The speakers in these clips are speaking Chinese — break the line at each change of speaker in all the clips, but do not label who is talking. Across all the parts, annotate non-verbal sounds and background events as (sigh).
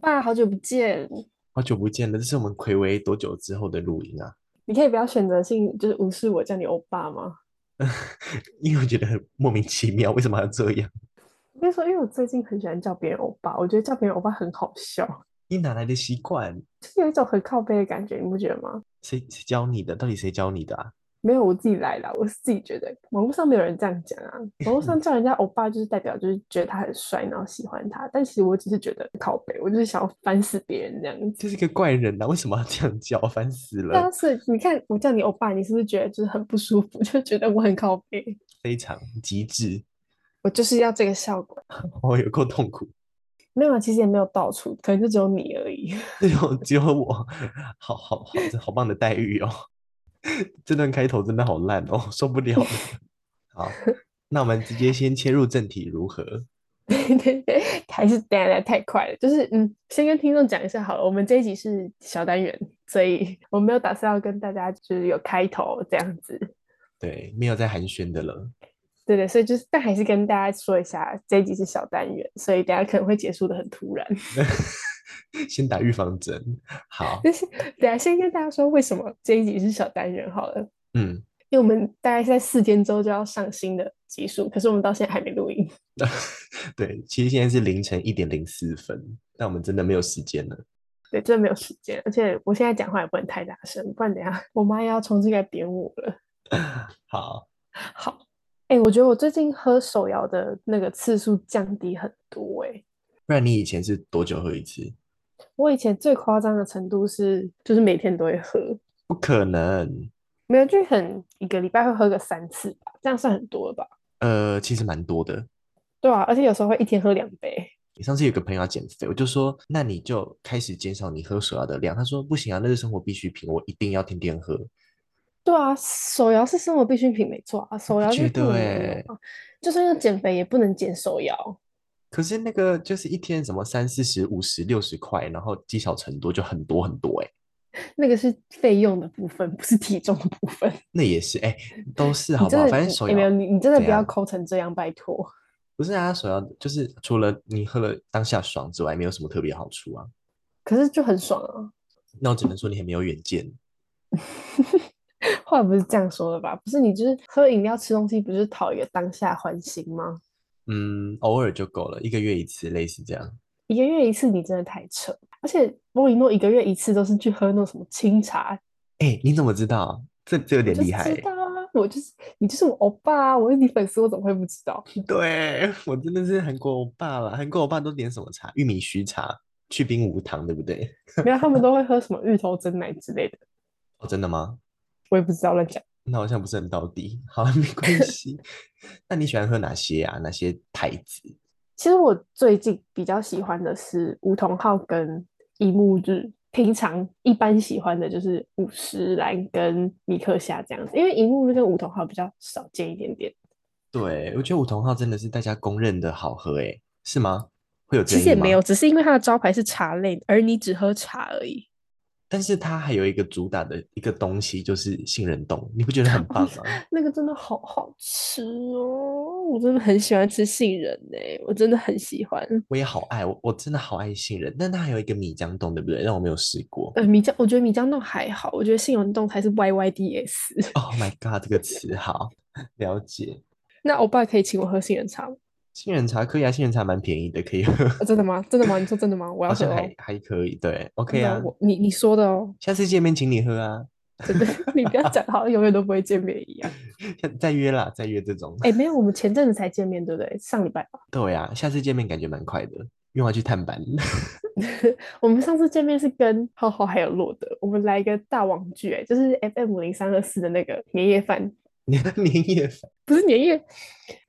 爸，好久不见！
好久不见了，这是我们暌违多久之后的录音啊？ (laughs)
你可以不要选择性就是无视我叫你欧巴吗？
因为我觉得很莫名其妙，为什么要这样？
我跟你说，因为我最近很喜欢叫别人欧巴，我觉得叫别人欧巴很好笑， (laughs)
你哪来的习惯？
就是有一种很靠背的感觉，你不觉得吗？
谁谁教你的？到底谁教你的啊？
没有，我自己来的啊，我是自己觉得网络上没有人这样讲啊，网络上叫人家欧巴就是代表就是觉得他很帅，然后喜欢他，但其实我只是觉得很靠背，我就是想要烦死别人这样子。
这是个怪人呐、啊，为什么要这样教？烦死
对啊，
了，
所以你看我叫你欧巴，你是不是觉得就是很不舒服， (laughs) 就觉得我很靠背？
非常极致，
我就是要这个效果。
我有够痛苦， (laughs)
没有啊，其实也没有到处，可能就只有你而已。
只有只有我，好好好，这好棒的待遇哦！ (laughs) 这段开头真的好烂哦，受不 (laughs) 了了。好，那我们直接先切入正题，如何？
(laughs) 对对对，还是等一下太快了。就是嗯，先跟听众讲一下好了，我们这一集是小单元，所以我没有打算要跟大家就是有开头这样子。
对，没有在寒暄的了。
对对，所以就是，但还是跟大家说一下，这一集是小单元，所以等一下可能会结束的很突然。 (laughs)
先打预防针。好，
但是等一下先跟大家说为什么这一集是小单元好了，
嗯，
因为我们大概在四天之后就要上新的集数，可是我们到现在还没录音。
对，其实现在是凌晨一点零四分，但我们真的没有时间了。
对，真的没有时间，而且我现在讲话也不能太大声，不然等一下我妈又要冲进来扁我了。
好，
好，哎、我觉得我最近喝手摇的那个次数降低很多、欸，
不然你以前是多久喝一次？
我以前最夸张的程度是，就是每天都会喝，
不可能，
没有，就很一个礼拜会喝个三次吧，这样算很多了吧？
呃，其实蛮多的。
对啊，而且有时候会一天喝两杯，
你上次有个朋友要减肥，我就说，那你就开始减少你喝手摇的量。他说不行啊，那是生活必需品，我一定要天天喝。
对啊，手摇是生活必需品，没错啊，手
不
摇就
觉
不
得
能
欸
有啊就算要减肥也不能减手摇。
可是那个就是一天什么三四十、五十、六十块，然后积少成多就很多很多哎、
那个是费用的部分，不是体重的部分。
那也是哎、都是
你
好不
真
好？
的
反正手
欸
摇
没有你，你真的
怎
不要
样
抠成这样，拜托。
不是啊，手摇就是除了你喝了当下爽之外，没有什么特别好处啊。
可是就很爽啊。
那我只能说你很没有远见。
后来不是这样说的吧？不是你就是喝饮料吃东西，不是讨一个当下欢心吗？
嗯，偶尔就够了，一个月一次，类似这样。
一个月一次，你真的太扯。而且莫里诺一个月一次都是去喝那种什么清茶，
哎、你怎么知道？这这有
我
点
就
厉害
知
欸。 (laughs)
道啊，我就是你就是我欧巴啊，我是你粉丝，我怎么会不知道？ (laughs)
对，我真的是韩国欧巴啦，韩国欧巴都点什么茶？玉米须茶、去冰无糖，对不对？
没有，他们都会喝什么芋头蒸奶之类的，
哦，真的吗？
我也不知道乱讲。
那好像不是很到底。好了，没关
(laughs)
系。那你喜欢喝哪些啊？哪些牌子？
其实我最近比较喜欢的是梧桐号跟一木日，平常一般喜欢的就是五十岚跟米克夏这样子，因为一木日跟梧桐号比较少见一点点。
对，我觉得梧桐号真的是大家公认的好喝、欸，哎，是吗？会有
其
争
实也
议吗
没？有，只是因为它的招牌是茶类，而你只喝茶而已。
但是它还有一个主打的一个东西，就是杏仁冻，你不觉得很棒吗？
那个真的好好吃哦，我真的很喜欢吃杏仁呢、我真的很喜欢。
我也好爱，我我真的好爱杏仁，但它还有一个米浆冻，对不对？但我没有试过。
呃，米浆，我觉得米浆冻还好，我觉得杏仁冻才是 Y Y D S。
Oh my god，这个词好 (laughs) 了解。
(laughs) 那欧巴可以请我喝杏仁茶吗？
杏仁茶可以啊，杏仁茶蛮便宜的，可以喝，
(laughs) 呃真的吗？真的吗？你说真的吗？我要
好
喝
像
哦。
还还可以。对
真
，OK
的
啊，
我你你说的哦，
下次见面请你喝啊，
真的， (laughs) 你不要讲好像永远都不会见面一样。
(laughs) 下再约啦，再约这种。
哎、没有，我们前阵子才见面，对不对？上礼拜吧。
对啊，下次见面感觉蛮快的，因为我要去探班。 (laughs)
我们上次见面是跟浩浩还有洛德，我们来一个大网剧，哎，就是 FM 五零三二四的那个年夜饭，
年夜饭
不是年夜，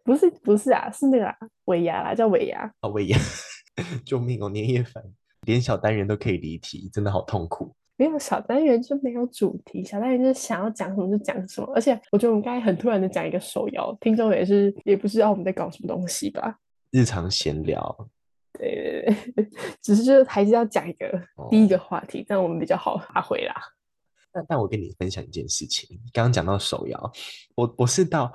不是不是啊，是那个啊，尾牙啦，叫尾牙。
啊，胃炎，救命哦！年夜饭连小单元都可以离题，真的好痛苦。
没有小单元就没有主题，小单元就是想要讲什么就讲什么。而且我觉得我们刚才很突然的讲一个手摇，听众也是也不知道我们在搞什么东西吧？
日常闲聊，
对对对，只是就是还是要讲一个第一个话题，这样我们比较好发挥啦。
但但我跟你分享一件事情，刚刚讲到手摇，我我是到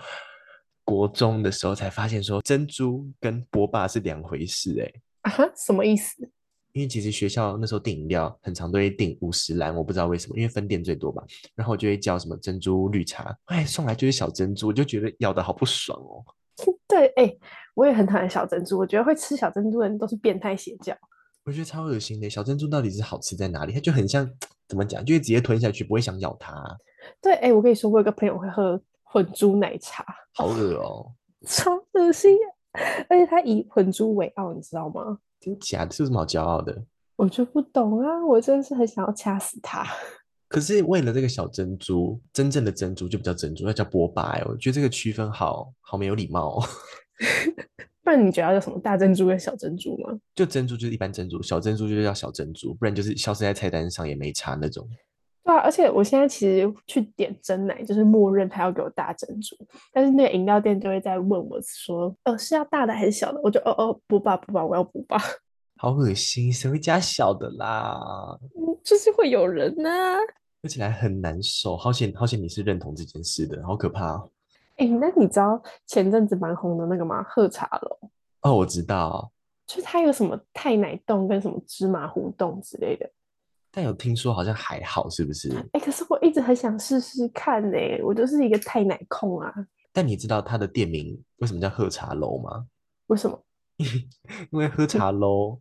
国中的时候才发现说珍珠跟波霸是两回事、欸，
啊哈，什么意思？
因为其实学校那时候订饮料，很常都会订五十兰，我不知道为什么，因为分店最多吧。然后我就会叫什么珍珠绿茶，哎，送来就是小珍珠，我就觉得咬的好不爽哦。
对，哎、我也很讨厌小珍珠，我觉得会吃小珍珠的人都是变态邪教。
我觉得超恶心的，欸小珍珠到底是好吃在哪里？它就很像怎么讲，就会直接吞下去，不会想咬它，啊
对，哎、我跟你说，我有个朋友会喝混珠奶茶，
好恶哦！
超恶心啊，而且他以混珠为傲，你知道吗？
真假的，是有什么好骄傲的？
我就不懂啊，我真是很想要掐死他。
可是为了这个小珍珠，真正的珍珠就不叫珍珠，那叫波霸、欸。我觉得这个区分好好没有礼貌、哦。 (laughs)
不然你觉得有什么大珍珠跟小珍珠吗？
就珍珠就是一般珍珠，小珍珠就叫小珍珠，不然就是消失在菜单上也没差那种。
对啊，而且我现在其实去点真奶，就是默认他要给我大珍珠，但是那个饮料店就会在问我说，呃，是要大的还是小的？我就哦哦，不吧不吧，我要不吧，
好恶心，谁会加小的啦？
嗯 (laughs) 就是会有人呐、啊。
而且还很难受，好险好险你是认同这件事的，好可怕哦！
哎、那你知道前阵子蛮红的那个吗？喝茶楼，
哦，我知道，
就是它有什么太奶冻跟什么芝麻糊冻之类的。
但有听说好像还好，是不是？
哎、可是我一直很想试试看呢、我就是一个太奶控啊。
但你知道它的店名为什么叫喝茶楼吗？
为什么？
因为喝茶喽，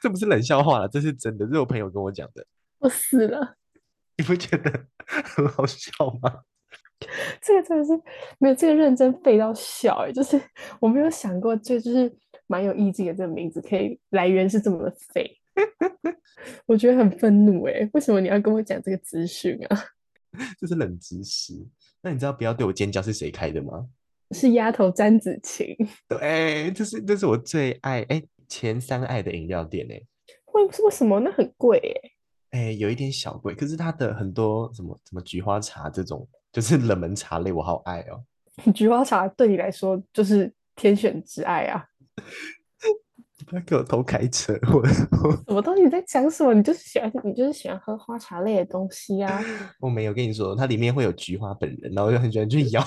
这不是冷笑话了，这是真的，这是我朋友跟我讲的。
我死了，
你不觉得很好笑吗？
这个真的是没有这个认真背到笑哎、就是我没有想过，这就是蛮有意境的这个名字，可以来源是这么的废。 (laughs) 我觉得很愤怒哎、为什么你要跟我讲这个资讯啊？ (laughs)
这是冷知识。那你知道不要对我尖叫是谁开的吗？
是丫头詹子晴，
对，哎这是这是我最爱哎前三爱的饮料店哎
为为什么那很贵哎、
哎有一点小贵，可是它的很多什么什么菊花茶这种就是冷门茶类，我好爱哦。
菊花茶对你来说就是天选之爱啊！
你不要给我偷开车，我
什么东西你在讲什么？你就是喜欢，你就是喜欢喝花茶类的东西啊！
我没有跟你说，它里面会有菊花本人，然后我就很喜欢去咬。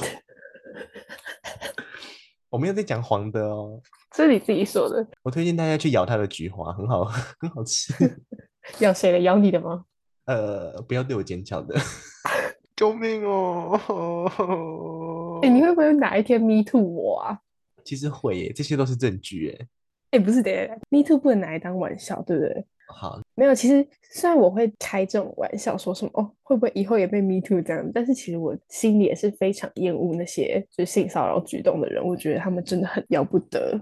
我没有在讲黄的哦，
这是你自己说的，
我推荐大家去咬它的菊花，很好，很好吃。 (laughs)
咬谁的？咬你的吗？
呃，不要对我尖叫的，救命哦！
哎、你会不会哪一天 me too 我啊？
(laughs) 其实会耶，这些都是证据耶。
哎、不是的，me too 不能拿来当玩笑，对不对？
好，
没有，其实虽然我会开这种玩笑，说什么哦，会不会以后也被 me too 这样，但是其实我心里也是非常厌恶那些就是性骚扰举动的人，我觉得他们真的很要不得。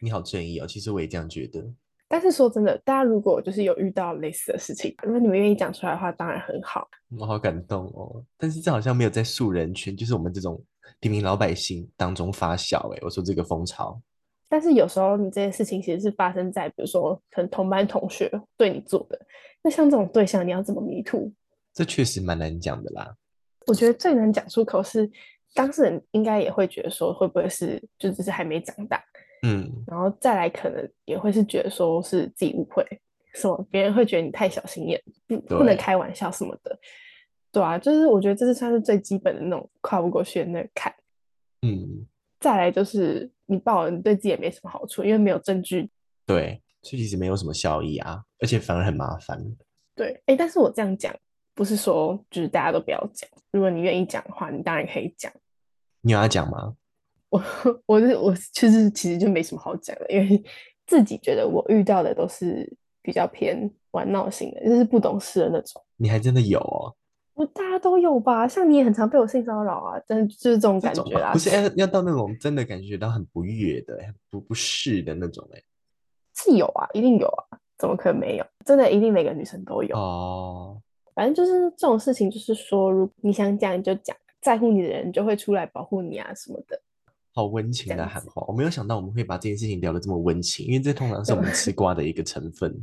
你好正义哦，其实我也这样觉得。
但是说真的，大家如果就是有遇到类似的事情，如果你们愿意讲出来的话，当然很好。
我好感动哦，但是这好像没有在素人圈，就是我们这种平民老百姓当中发酵。哎，我说这个风潮，
但是有时候你这件事情其实是发生在比如说可能同班同学对你做的，那像这种对象你要怎么迷途？
这确实蛮难讲的啦。
我觉得最难讲出口是当事人应该也会觉得说会不会是就只是还没长大，
嗯，
然后再来可能也会是觉得说是自己误会，什么别人会觉得你太小心眼，不不
对
能开玩笑什么的，对啊，就是我觉得这是算是最基本的那种跨不过去的那个坎。
嗯，
再来就是你爆了，你对自己也没什么好处，因为没有证据。
对，所以其实没有什么效益啊，而且反而很麻烦。
对，哎，但是我这样讲不是说就是大家都不要讲，如果你愿意讲的话，你当然可以讲。 (laughs)
你有要讲吗？
我我是我是就是其实就没什么好讲的，因为 (laughs) 自己觉得我遇到的都是比较偏玩闹型的，就是不懂事的那种。
你还真的有哦，
我大家都有吧，像你也很常被我性骚扰啊，但是就是这种
这
感
种
觉
吧
啦。
不是要要到那种真的感觉到很不悦的、很不不适的那种哎、
是有啊，一定有啊，怎么可能没有？真的，一定每个女生都有。
哦，
反正就是这种事情，就是说，如你想讲你就讲，在乎你的人就会出来保护你啊什么的。
好温情
这
的
样
喊
子
话，我没有想到我们会把这件事情聊得这么温情，因为这通常是我们吃瓜的一个成分。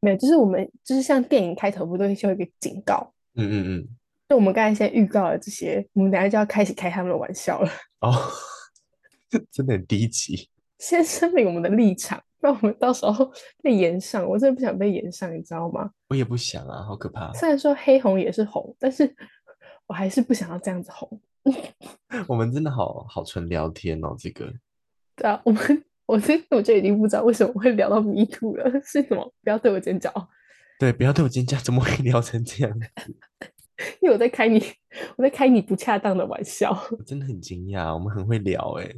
没有，就是我们就是像电影开头不都会有一个警告，
嗯嗯嗯，
就我们刚才先预告了这些，我们等下就要开始开他们的玩笑了。 (laughs)
哦， (laughs) 真的很低级。
先声明我们的立场，不然我们到时候 (laughs) 被延上，我真的不想被延上，你知道吗？
我也不想啊，好可怕！
虽然说黑红也是红，但是 (laughs) 我还是不想要这样子红。
我们真的好好纯聊天哦，这个
对啊，我们我这我就已经不知道为什么会聊到迷途了， (laughs) 是什么？不要对我尖叫，啊
对，不要对我尖叫，怎么会聊成这样？
(laughs) 因为我在开你， (laughs) 我在开你不恰当的玩笑。
我真的很惊讶，我们很会聊哎、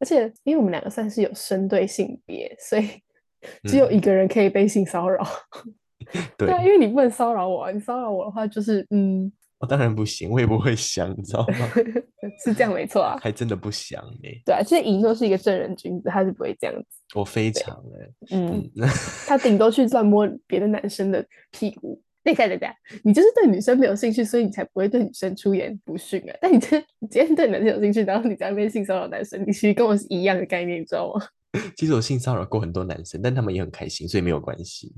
而且因为我们两个算是有生对性别，所以只有一个人可以被性骚扰。 (laughs)
对，
啊，因为你不能骚扰我、啊，你骚扰我的话就是嗯，
我、哦当然不行，我也不会想，你知道吗？
是这样没错啊。
还真的不想哎、
对啊，其实银诺是一个正人君子，他是不会这样子。
我非常哎、
嗯，
嗯， (laughs) 那
他顶多去乱摸别的男生的屁股。那看人家，你就是对女生没有兴趣，所以你才不会对女生出言不逊啊。但你这你今天对男生有兴趣，然后你在那边性骚扰男生，你其实跟我是一样的概念，你知道吗？
其实我性骚扰过很多男生，但他们也很开心，所以没有关系。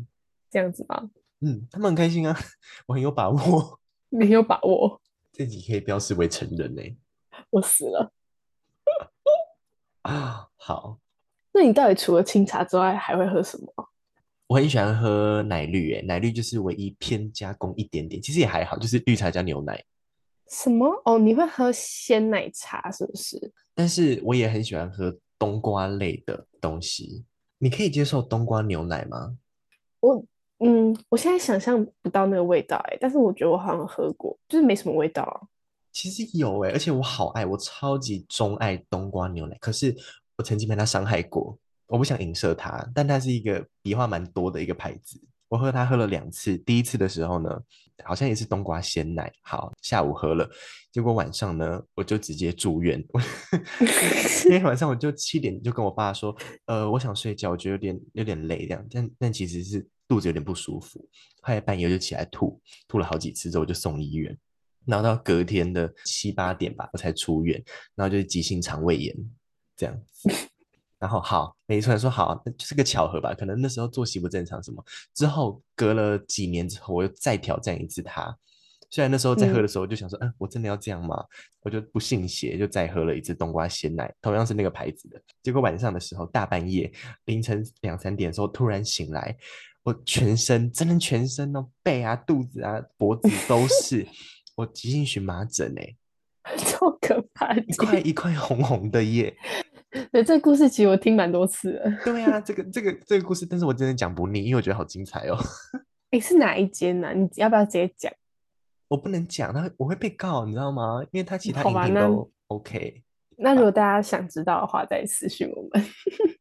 这样子吗？
嗯，他们很开心啊， (laughs) 我很有把握，
没有把握，
这集可以标示为成人哎、
我死了。
啊，好，
那你到底除了清茶之外还会喝什么？
我很喜欢喝奶绿哎、奶绿就是唯一偏加工一点点，其实也还好，就是绿茶加牛奶。
什么？哦，你会喝鲜奶茶是不是？
但是我也很喜欢喝冬瓜类的东西。你可以接受冬瓜牛奶吗？
我嗯，我现在想象不到那个味道哎、但是我觉得我好像喝过，就是没什么味道啊、 (laughs)
其实有哎、而且我好爱，我超级钟爱冬瓜牛奶。可是我曾经被它伤害过，我不想影射它，但它是一个笔画蛮多的一个牌子。我喝它喝了两次，第一次的时候呢，好像也是冬瓜鲜奶，好，下午喝了，结果晚上呢，我就直接住院。 (laughs) 我那天晚上我就七点就跟我爸说，呃，我想睡觉，我觉得有点有点累这样，但但其实是肚子有点不舒服，后来半夜就起来吐，吐了好几次之后我就送医院，然后到隔天的七八点吧，我才出院，然后就是急性肠胃炎这样子。然后好，没错，说好，啊那就是个巧合吧，可能那时候作息不正常什么。之后隔了几年之后，我又再挑战一次它。虽然那时候在
嗯
喝的时候，我就想说，嗯我真的要这样吗？我就不信邪，就再喝了一次冬瓜鲜奶，同样是那个牌子的。结果晚上的时候，大半夜凌晨两三点的时候，突然醒来，我全身真的全身哦，背啊、肚子啊、脖子都是，我急性荨麻疹哎、
超可怕的！
一块一块红红的耶。
对，这个故事其实我听蛮多次了。
对啊，这个这个这个故事，但是我真的讲不腻，因为我觉得好精彩哦。 (laughs)
哎，是哪一间呢、你要不要直接讲？
我不能讲，那我会被告，你知道吗？因为他其他
好
饮
吧
品
那
都 OK。
那如果大家想知道的话，再私讯我们。 (laughs)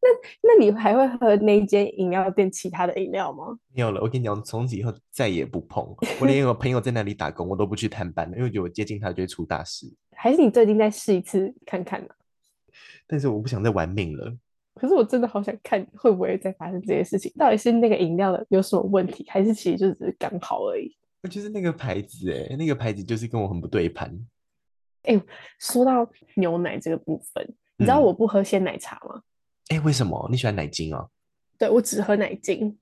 那那你还会喝那一间饮料店其他的饮料吗？
没有了，我跟你讲，从此以后再也不碰。我连有朋友在那里打工，我都不去探班了，因为我觉得我接近他就会出大事。
还是你最近再试一次看看呢、
但是我不想再玩命了。
可是我真的好想看会不会再发生这些事情，到底是那个饮料的有什么问题，还是其实就只是刚好而已？
就是那个牌子、欸，那个牌子就是跟我很不对盘。
说到牛奶这个部分，你知道
嗯
我不喝鲜奶茶吗？
哎、为什么你喜欢奶精哦？
对我只喝奶精，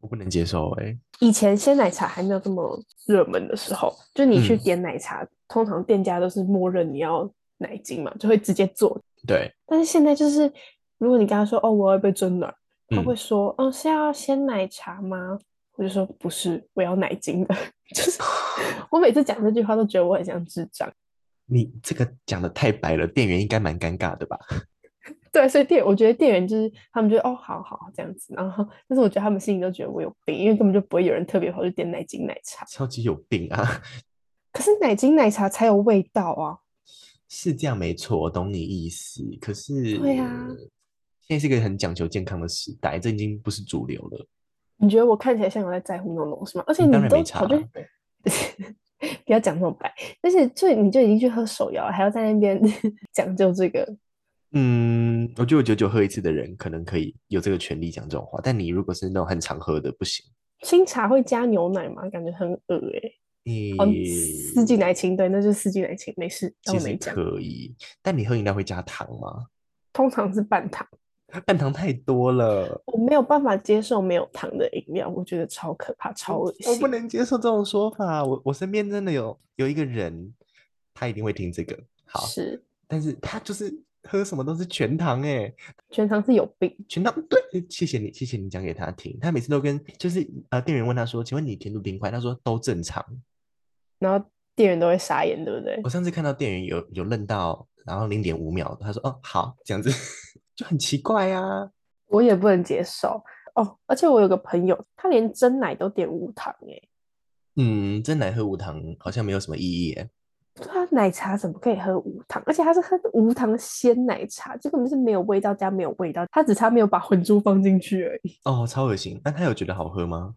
我不能接受哎、
以前鲜奶茶还没有这么热门的时候，就你去
嗯
点奶茶，通常店家都是默认你要奶精嘛，就会直接做。
对，
但是现在就是，如果你跟他说哦，我要一杯真奶，他
嗯
会说，哦，是要鲜奶茶吗？我就说不是，我要奶精的。就是 (laughs) 我每次讲这句话都觉得我很像智障。
你这个讲的太白了，店员应该蛮尴尬的吧？
对，所以店我觉得店员就是他们就哦，好好好这样子，然后但是我觉得他们心里都觉得我有病，因为根本就不会有人特别跑去点奶精奶茶。
超级有病啊！
可是奶精奶茶才有味道啊。
是这样没错，我懂你意思。可是，
对啊
现在是一个很讲求健康的时代，这已经不是主流了。
你觉得我看起来像有在在乎那种东西吗？而且
嗯
你
当然
都
没
跑
差
去
啦，
(laughs) 不要讲那么白，而且就你就已经去喝手摇了，还要在那边 (laughs) 讲究这个，
嗯，我觉得我久久喝一次的人，可能可以有这个权利讲这种话。但你如果是那种很常喝的，不行。
清茶会加牛奶吗？感觉很恶哎、欸。
你
哦，四季奶青，对，那就是四季奶青，没事，当
其
我
实
没讲。
可以，但你喝饮料会加糖吗？
通常是半糖，
(laughs) 半糖太多了，
我没有办法接受没有糖的饮料，我觉得超可怕，超恶
我不
心。
能接受这种说法。我我身边真的有有一个人，他一定会听这个。好，
是
但是他就是喝什么都是全糖哎、
全糖是有病，
全糖对，谢谢你，谢谢你讲给他听。他每次都跟就是呃，店员问他说：“请问你甜度冰块？”他说都正常。
然后店员都会傻眼，对不对
我？上次看到店员有有愣到，然后零点五秒，他说：“哦，好，这样子。” (laughs) 就很奇怪啊。
我也不能接受哦。而且我有个朋友，他连真奶都点无糖哎、
嗯，真奶喝无糖好像没有什么意义耶。
对啊，奶茶怎么可以喝无糖？而且他是喝无糖鲜奶茶，这根本是没有味道加没有味道，他只差没有把混珠放进去而已。 (laughs)
哦，超恶心。那他有觉得好喝吗？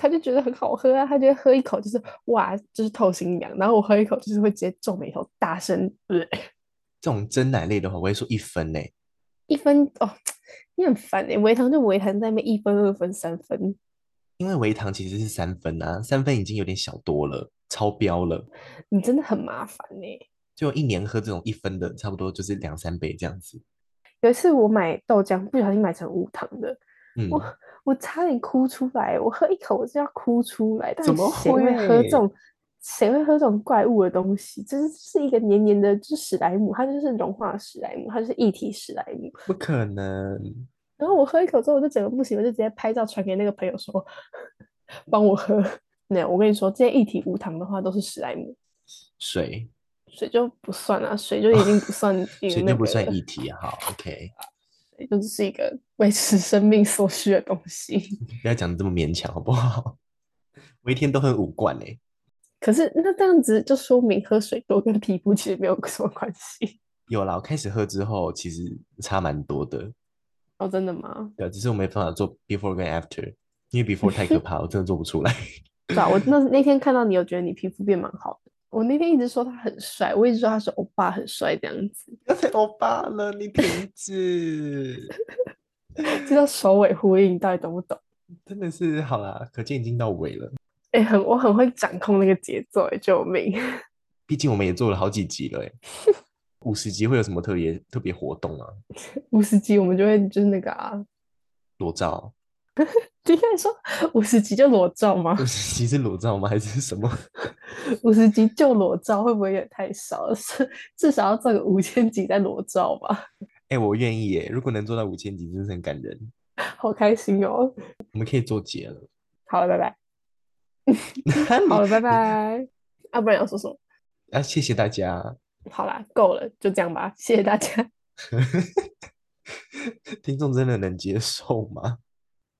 他就觉得很好喝啊，他觉得喝一口就是哇，就是透心凉，然后我喝一口就是会直接皱眉头，大声呃
这种真奶类的话，我会说一分呢。
一分哦，你很烦哎、微糖就微糖，在那边一分、二分、三分，
因为微糖其实是三分啊，三分已经有点小多了，超标了。
你真的很麻烦哎、
就一年喝这种一分的，差不多就是两三杯这样子。
有一次我买豆浆，不小心买成无糖的，
嗯，
我我差点哭出来，我喝一口我就要哭出来。到
怎
底
么
谁会喝
会
这种谁会喝这种怪物的东西？这是是一个黏黏的，就是史莱姆，它就是融化的史莱姆，它就是一体史莱姆。
不可能。
然后我喝一口之后，我就整个不行，我就直接拍照传给那个朋友说， (laughs) 帮我喝。那我跟你说，这些一体无糖的话都是史莱姆，
水
水就不算啊，水就已经不算一个
水
那
就不
个
算
了
一体，好，OK，
水就只是一个维持生命所需的东西。
不要讲得这么勉强好不好？我一天都喝五罐哎、
可是那这样子就说明喝水多跟皮肤其实没有什么关系 (laughs)
有啦，我开始喝之后其实差蛮多的，
哦，真的吗？
对啊，只是我没办法做 before 跟 after，因为 before 太可怕，我真的做不出来。 (laughs)
对啊，我那那天看到你，有觉得你皮肤变蛮好的。我那天一直说他很帅，我一直说他是欧巴很帅这样子，
不要再欧巴了，你停止，
这叫首尾呼应，你到底懂不懂？
真的是好啦，可见已经到尾了。
哎、很我很会掌控那个节奏、欸，救命！
毕竟我们也做了好几集了哎、五十集会有什么特别特别活动啊？
五十集我们就会就是那个啊，
裸照？ (laughs)
就应该说五十集就裸照吗 (laughs)
五？十集是裸照吗？还是什么？ (laughs)
五十集就裸照会不会有点太少 (laughs) 了？是至少要做个五千集再裸照吧，
哎、我愿意耶！如果能做到五千集，真是很感人。
好开心哦！
我们可以做结了。
好了，拜拜。好
好
了，拜。 (laughs) 拜。要、不然要说什么？
啊，谢谢大家，
好啦，够了，就这样吧，谢谢大家。
听众真的能接受吗？